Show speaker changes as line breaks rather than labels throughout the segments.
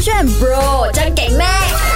炫 Bro 真给力，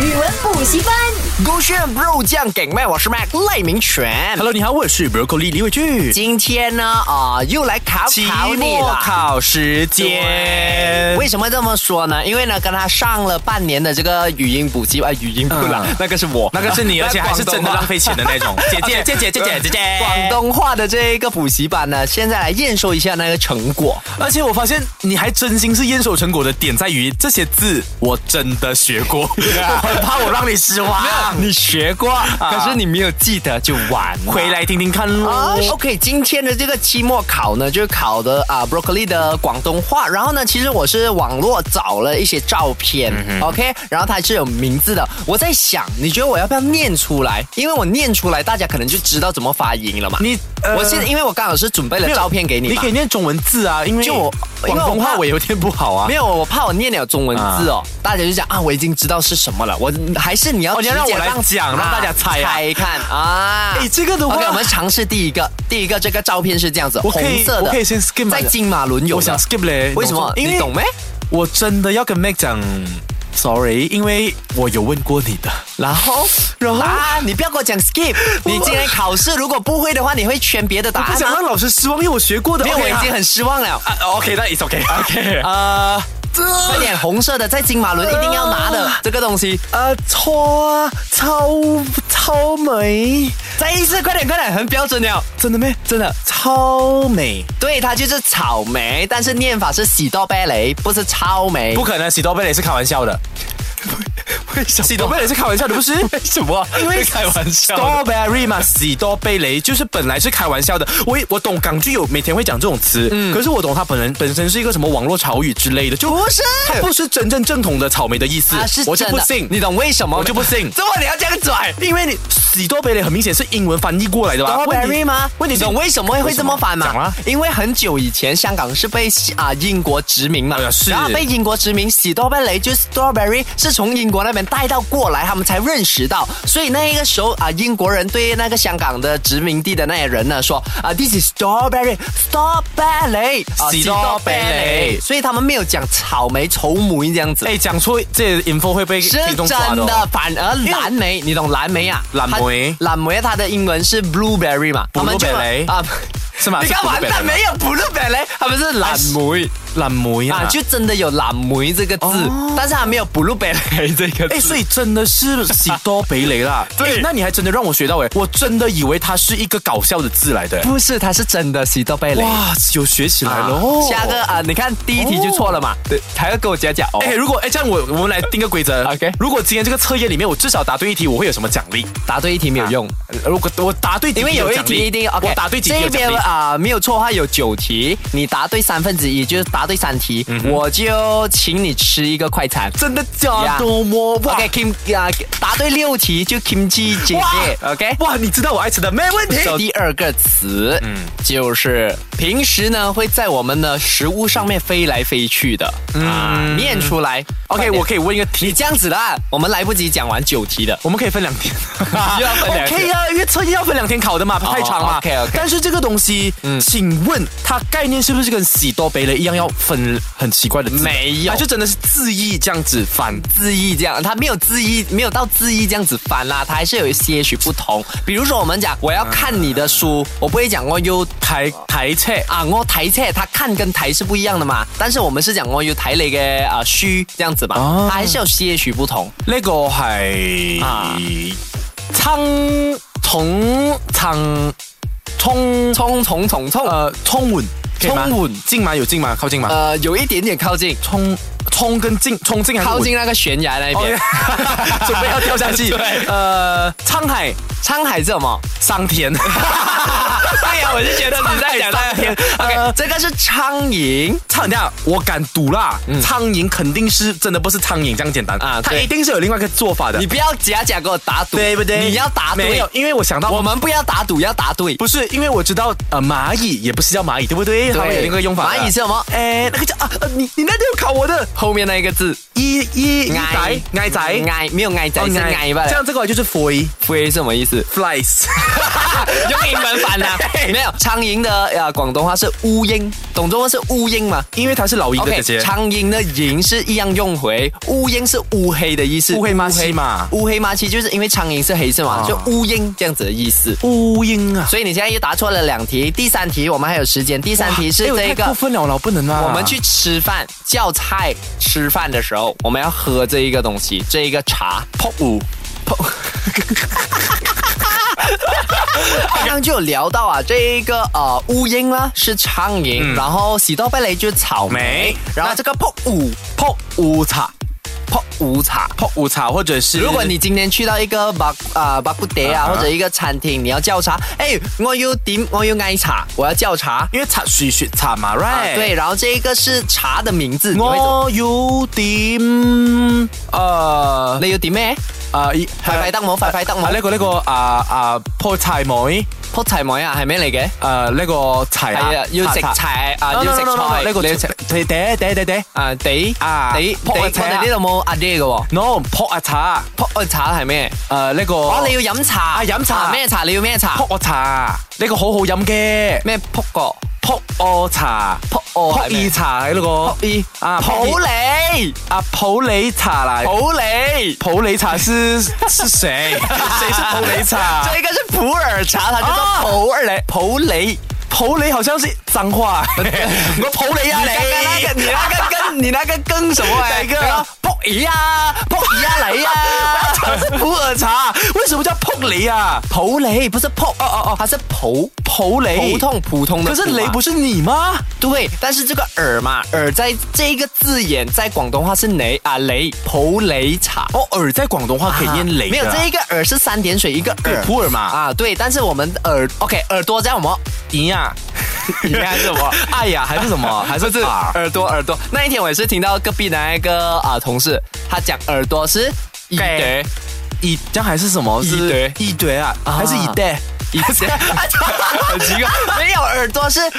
语文补习班。
勾选 bro 酱给麦，我是 Mac 赖明全。
Hello，你好，我是 Broccoli 李伟俊。
今天呢，啊、又来考
期
考你
末
了。
考时间，
为什么这么说呢？因为呢，跟他上了半年的这个语音补习啊，语音不啦、
嗯
那个是啊我，
那个是你，而且还是真的浪费钱的 那种。姐姐，姐姐，姐姐，姐姐，
呃广。东话的这个补习班呢，现在来验收一下那个成果。
而且我发现你还真心是验收成果的点在于这些字，我真的学过， 我很怕我让你啊失望。
你学过，可是你没有记得就晚了。
回来听听看
啊
咯。
OK，今天的这个期末考呢，就是考的啊 Broccoli 的广东话。然后呢，其实我是网络找了一些照片、o
嗯
k 然后它是有名字的。我在想，你觉得我要不要念出来？因为我念出来，大家可能就知道怎么发音了嘛。
你呃
我现在因为我刚好是准备了
没有
照片给你
你
嘛
可以，念中文字啊，因为
就我因为
广
我
东
怕
话我有点不好啊
没。有，我怕我念了中文字哦，大家就讲啊，我已经知道是什么了。我还是你要
哦
直
你
接
要
让
让我来讲让大家猜啊
猜看啊。
哎这个的话
OK，我们尝试第一个，第一个这个照片是这样子，
我可以
红色的，
我可以先 skip 吗
在金马伦有的。
我想 skip 嘞，
为什么？
因
你
为
懂没？
我真的要跟 Mac 讲，sorry，因为我有问过你的。
然后，
然后
啊，你不要跟我讲 skip。你今天考试如果不会的话，你会圈别的答
不
案
想
吗
让？老师失望，因为我学过的。
没有，我
OK
已
啊
经很失望了。
啊，OK，那 it's OK。OK，呃，这
快点，红色的在金马伦一定要拿的这个东西，
呃，超超超美，
再一次，快点，快点，很标准了。
真的咩？真的超美，
对，它就是草莓，但是念法是喜多贝雷，不是超莓。
不可能，喜多贝雷是开玩笑的，
哎为什
喜多贝雷是开玩笑的，不是？
为什么？
因为
开玩笑的
strawberry 嘛，喜多贝雷就是本来是开玩笑的。我我懂港剧有每天会讲这种词，可是我懂它本人本身是一个什么网络潮语之类的，就
嗯不是
它不是真正正统的草莓的意思，
啊，是
我就
真
不
的
信，
你懂为什么？
我就不信
怎么你要这样拽
因为你喜多贝雷很明显是英文翻译过来的吧问
？Strawberry
题
吗？
问题是
懂为什么会这么反
讲啊
吗
啦？
因为很久以前香港是被啊英国殖民嘛
哎呀，是
然后被英国殖民，喜多贝雷就是 strawberry 是从英国那边带到过来，他们才认识到。所以那一个时候啊，英国人对那个香港的殖民地的那些人呢说啊，this is strawberry strawberry 啊
喜多贝雷
所以他们没有讲草莓、稠梅这样子。
哎，讲错这 info 会被
是
听
真
众抓的哦。
的，反而蓝莓，你懂蓝莓啊？
蓝莓
它蓝莓它的英文是 blueberry 嘛，他们就
Blueberry
啊，
是吗
你看
是 blueberry
完蛋
吗
没有 blueberry，他们是蓝莓。
蓝莓
哎啊，哦
啊，
就真的有蓝莓这个字，但是它没有 blueberry 这个字。
哎，所以真的是喜多贝雷 啦。
对
哎那你还真的让我学到哎，我真的以为它是一个搞笑的字来的。
不是，它是真的喜多贝雷。
哇，有学起来
啊
了哦。
下个啊，你看第一题就错了嘛，对，还要跟我讲讲哦。
哎，如果哎这样我我们来定个规则
OK
如果今天这个测验里面我至少答对一题，我会有什么奖励？啊
答对一题没有用，
如果我答对几
啊因
题
为有一
奖
题
励
一定 OK，
我答对几题
这
有
边
奖励。
啊、没有错的话有九题，你答对三分之一，就是答对三题，我就请你吃一个快餐。
真的
呀
假的么？哇
OK Kim 啊、答对六题就 Kimchi 姐姐
哇
，OK。
哇，你知道我爱吃的，没问题。
第二个词，嗯，就是平时呢会在我们的食物上面飞来飞去的，啊，念出来。快
OK，
点
我可以问一个题，
你这样子啦，我们来不及讲完九题的。，
我们可以分两天
又要分两天
OK 啊，因为测验要分两天考的嘛，太长了。
OK，OK
但是这个东西，请问它概念是不是跟喜多贝雷一样要分很奇怪的字？
没有
它就真的是字义这样子翻。
字义这样，它没有字义，没有到字义这样子翻啦，它还是有一些许不同。比如说，我们讲我要看你的书，我不会讲哦我有
台台册
啊，我台册，它看跟台是不一样的嘛。但是我们是讲我有台你嘅啊书这样子嘛，
哦
它还是有些许不同。
那个系
啊
仓从仓冲
冲冲冲冲，
呃冲稳
冲稳
稳近吗？有近吗？靠近吗？
呃，有一点点靠近，
冲冲跟近冲近还是
靠
稳
近那个悬崖那
哦
边。
准备要跳下 去
对。
呃，沧海
沧海是什么？
桑 田，
对呀，我就觉得你在讲那边。
沧海
OK，这个是苍蝇。
苍等一下，我敢赌啦，苍蝇肯定是真的不是苍蝇这样简单
嗯啊
啊，它
对
一定是有另外一个做法的
你，不要假假给我打赌，
对不对？
你要答对，
没有？因为我想到
我们不要打赌，要答对。
不是，因为我知道呃蚂蚁也不是叫蚂蚁，对不对？它们有另一个用法的。
蚂蚁是什么？
哎，那个叫啊，呃你你那天有考我的
后面那一个字，
一一矮矮仔，哦
矮没有矮仔是矮吧？
这样这个就是 fly
飞是什么意思？
flies，
用英文翻的、没有苍蝇的呃广东话是乌蝇，懂中文是乌蝇吗？
因为它是老鹰的
OK，
姐姐。
苍蝇的蝇是一样用回，乌蝇是乌黑的意思，
乌黑嘛漆嘛
乌黑嘛漆就是因为苍蝇是黑色嘛，
啊
就乌蝇这样子的意思。
乌蝇啊，
所以你现在又答错了两题，第三题我们还有时间，第三题是
哎呦
这
太
个
过。分了，老不能啊。
我们去吃饭叫菜吃饭的时候，我们要喝这一个东西，这一个茶泡五泡。刚刚就有聊到啊，这一个呃乌蝇啦是苍蝇，
嗯
然后喜多贝雷就是草莓，
没，
然后这个泡五泡五茶泡五茶。
泡午茶或者是
如果你今天去到一个巴啊巴布德啊
啊哈
或者一个餐厅，你要叫茶，哎，我要点我要嗌茶，我要叫茶。
因为茶水水茶嘛
啊
，right？，
对，然后这一个是茶的名
哦
字，你会怎么？
我有點呃
你要點咩？
啊一
快快得冇，快快得
啊呢
冇。
個呢個啊啊泡菜妹
撲柴妹啊，係咩嚟嘅？
誒呢個柴
係啊，要食柴啊，要食菜。
呢個
你要
你
食
睇嗲嗲嗲嗲
啊地
啊
地地，
撲
我
啊柴
哋
啊
呢度冇阿爹嘅喎。
，no 泡啊茶
撲啊茶係咩？
誒呢個
哦，你要飲茶啊
飲茶
咩茶？你要咩茶？
泡啊茶呢個好好飲嘅
咩撲個
泡啊茶
撲哦
泡
係咩
意茶呢個
哦咦
啊
普洱
啊普洱茶啦
普洱。
普洱茶是是 誰誰是普洱茶？
这个是普洱茶，它叫
啊
做普洱嘞，普洱。
普洱好像是脏话， 我普洱啊
你那个，
你，
你那个 跟，你那个跟什么哎？
哪个
然后扑一呀，扑一呀来 呀！
普洱茶为什么叫普洱啊？
普雷不是扑，哦哦哦，它是普
普洱
普，通普通的
可
普啊。
是雷不是你吗？
对，但是这个耳嘛，耳在这一个字眼在广东话是雷啊雷，普雷茶。
哦，耳在广东话可以念雷
啊没
的
有这一个耳是三点水一个
对
耳
普洱嘛，
啊，对，但是我们耳 OK 耳朵在我们
银呀，
你看是什么？
爱呀，还是 什么？还是啊
不是
耳
耳朵耳朵。那一天我也是听到隔壁的那个啊、同事，他讲耳朵是一对
对一，这样还是什么？
一堆
是一堆啊，
啊
还是一堆？
一对， 很奇怪，没有耳朵是耳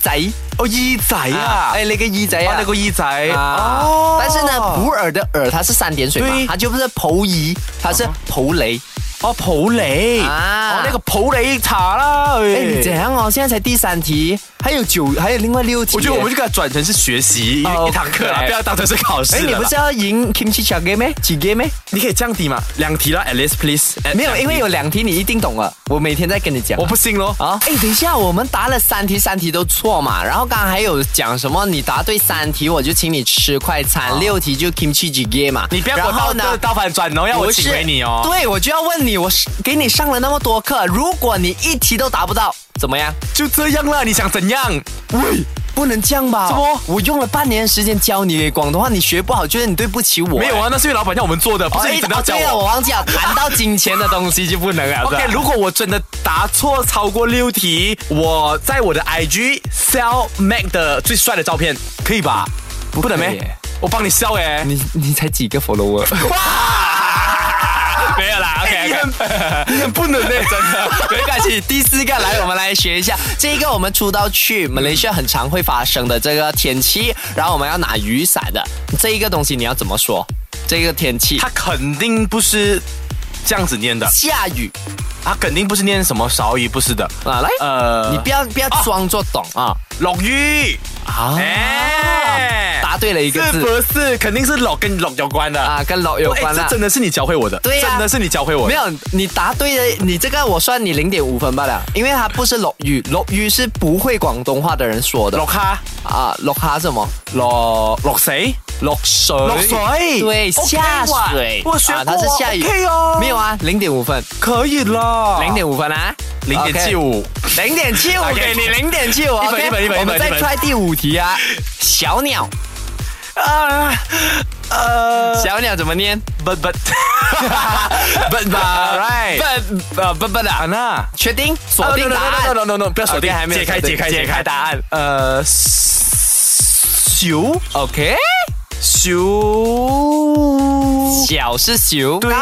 仔
哦，一仔
啊，
啊，
哎，那个耳仔
哦
啊，
那个一仔
啊，
哦，
但是呢，普洱的耳它是三点水嘛
对，啊
它就不是普洱，它是普雷。
哦普洱
啊
哦那个普洱茶啦，哎
哎，你怎样哦？现在才第三题，还有九，还有另外六题耶。
我觉得我们就给它转成是学习一
哦
一堂课啦，
对
不要当成是考试
哎，
了啦。
你不是要赢 Kimchi 小 game 咩？几 game 咩？
你可以降低嘛？两题啦，at least please。
没有，因为有两题你一定懂了，我每天在跟你讲
哎我。不信咯。
啊，哎，等一下，我们答了三题，三题都错嘛。然后刚刚还有讲什么，你答对三题我就请你吃快餐，六题就 kimchi jjigae 嘛。
啊你不要给我
然后
倒
呢
倒？倒反转哦，要我
不是
请回你哦。
对，我就要问你，我是给你上了那么多课，如果你一题都答不到，怎么样？
就这样啦，你想怎样？
喂，不能这样吧？
怎么
我用了半年时间教你广东话，你学不好，觉得你对不起我。
没有啊，那是因为老板要我们做的，不
哎。
是
哎
你真的要
哦
教
对了，
我。
我忘记了，谈到金钱的东西就不能了。是吧
OK，如果我真的答错超过六题，我在我的 IG sell Mac 的最帅的照片，可以吧？不能
可以
没
耶，
我帮你 sell 哎。
你你才几个 follower？
没有啦，OK，
你很不能呢、 真的。没关系，第四个来，我们来学一下这一个我们出到去马来西亚很常会发生的这个天气，然后我们要拿雨伞的这一个东西，你要怎么说？这个天 气
他肯定不是这样子念的，
下雨
他肯定不是念什么少语，不是的。
啊，来，
呃，
你不要不要装作懂啊
落雨。
啊！
哎，
答对了一个
是
字
不是？肯定是老跟老有关的。
啊，跟老有
哎
关
这
了。
真的是你教会我的，
对呀
真的是你教会我
没
的。
有，你答对了，你这个我算你零点五分罢了，因为它不是落雨，落雨是不会广东话的人说的
落卡，
啊，落哈什么？
落落谁？落水，落水，
对，下水，
我学过，
它是下雨
OK 哦，
没有，啊，零点五分，
可以啦，
零点五分啊，
零点七，五，
零点七五
OK
给你零点七五
一
，OK，
本一本一本
我们
一
再
本一本
try 第五题啊，小鸟，
啊，呃
小鸟怎么念？
，but but
笨吧
right
笨呃笨笨
啊
的，
那。
确定锁定答
No
案
no no no，不要锁定，
还没有
解开
锁定
解开
解
解
开
开答案。呃，咻
，OK，
咻
小是小，
对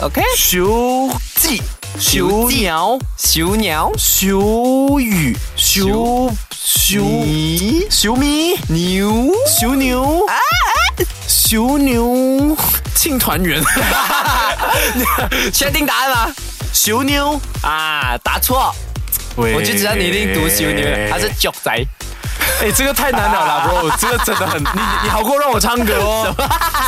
，OK，
咻
记
咻鸟
小鸟，
咻雨咻咻
你
咻咪
牛
咻牛
啊啊，
九牛庆团圆，
确定答案吗？
九牛，
啊，答错，
我
我就知道你一定读修牛，他是脚仔。
哎、这个太难了啦，bro，这个真的很，你你好过让我唱歌哦，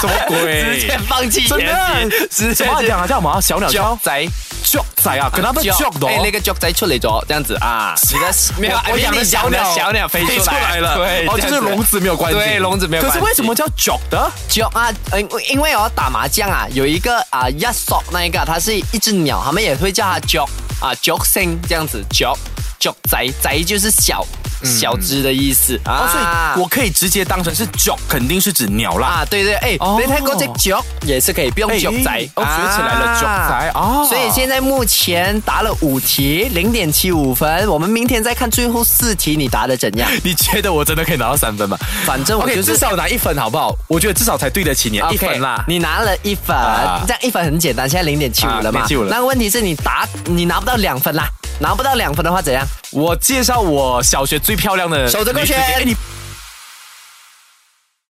什么
直接
鬼？
放弃
真
学
的
习，直
什
接
么讲啊？叫什么？小鸟
脚
叫
仔。
脚仔啊，跟他们脚的哦
哎，那个脚仔出来咗，这样子啊，你的没有，
我
你
养的
小
小鸟，
小鸟飞
出
出来
了，
对，
哦，就是笼子没有关系，
对笼子没有
可是
关系
为什么叫脚的？
脚啊，呃因为因为哦打麻将啊，有一个啊亚索那一个，它是一只鸟，他们也会叫它脚啊脚星这样子脚脚仔仔就是小小只的意思
嗯哦，所
啊
以我可以直接当成是脚，肯定是指鸟啦。
啊，对对，哎，
哦
你睇嗰只脚也是可以，不用
哎
脚仔，
哦学起来了
啊
脚仔哦
所以现在目前答了五题，零点七五分，我们明天再看最后四题你答的怎样。
你觉得我真的可以拿到三分吗？
反正我
OK，
就是
至少拿一分好不好？我觉得至少才对得起你
OK，
一分啦。
你拿了一分
啊，
这样一分很简单，现在零点七五
啊
了嘛
0.75了。
那个问题是你答你拿不到两分啦，拿不到两分的话怎样？
我介绍我小学最漂亮的
守着
女
勾
子
选
给哎，你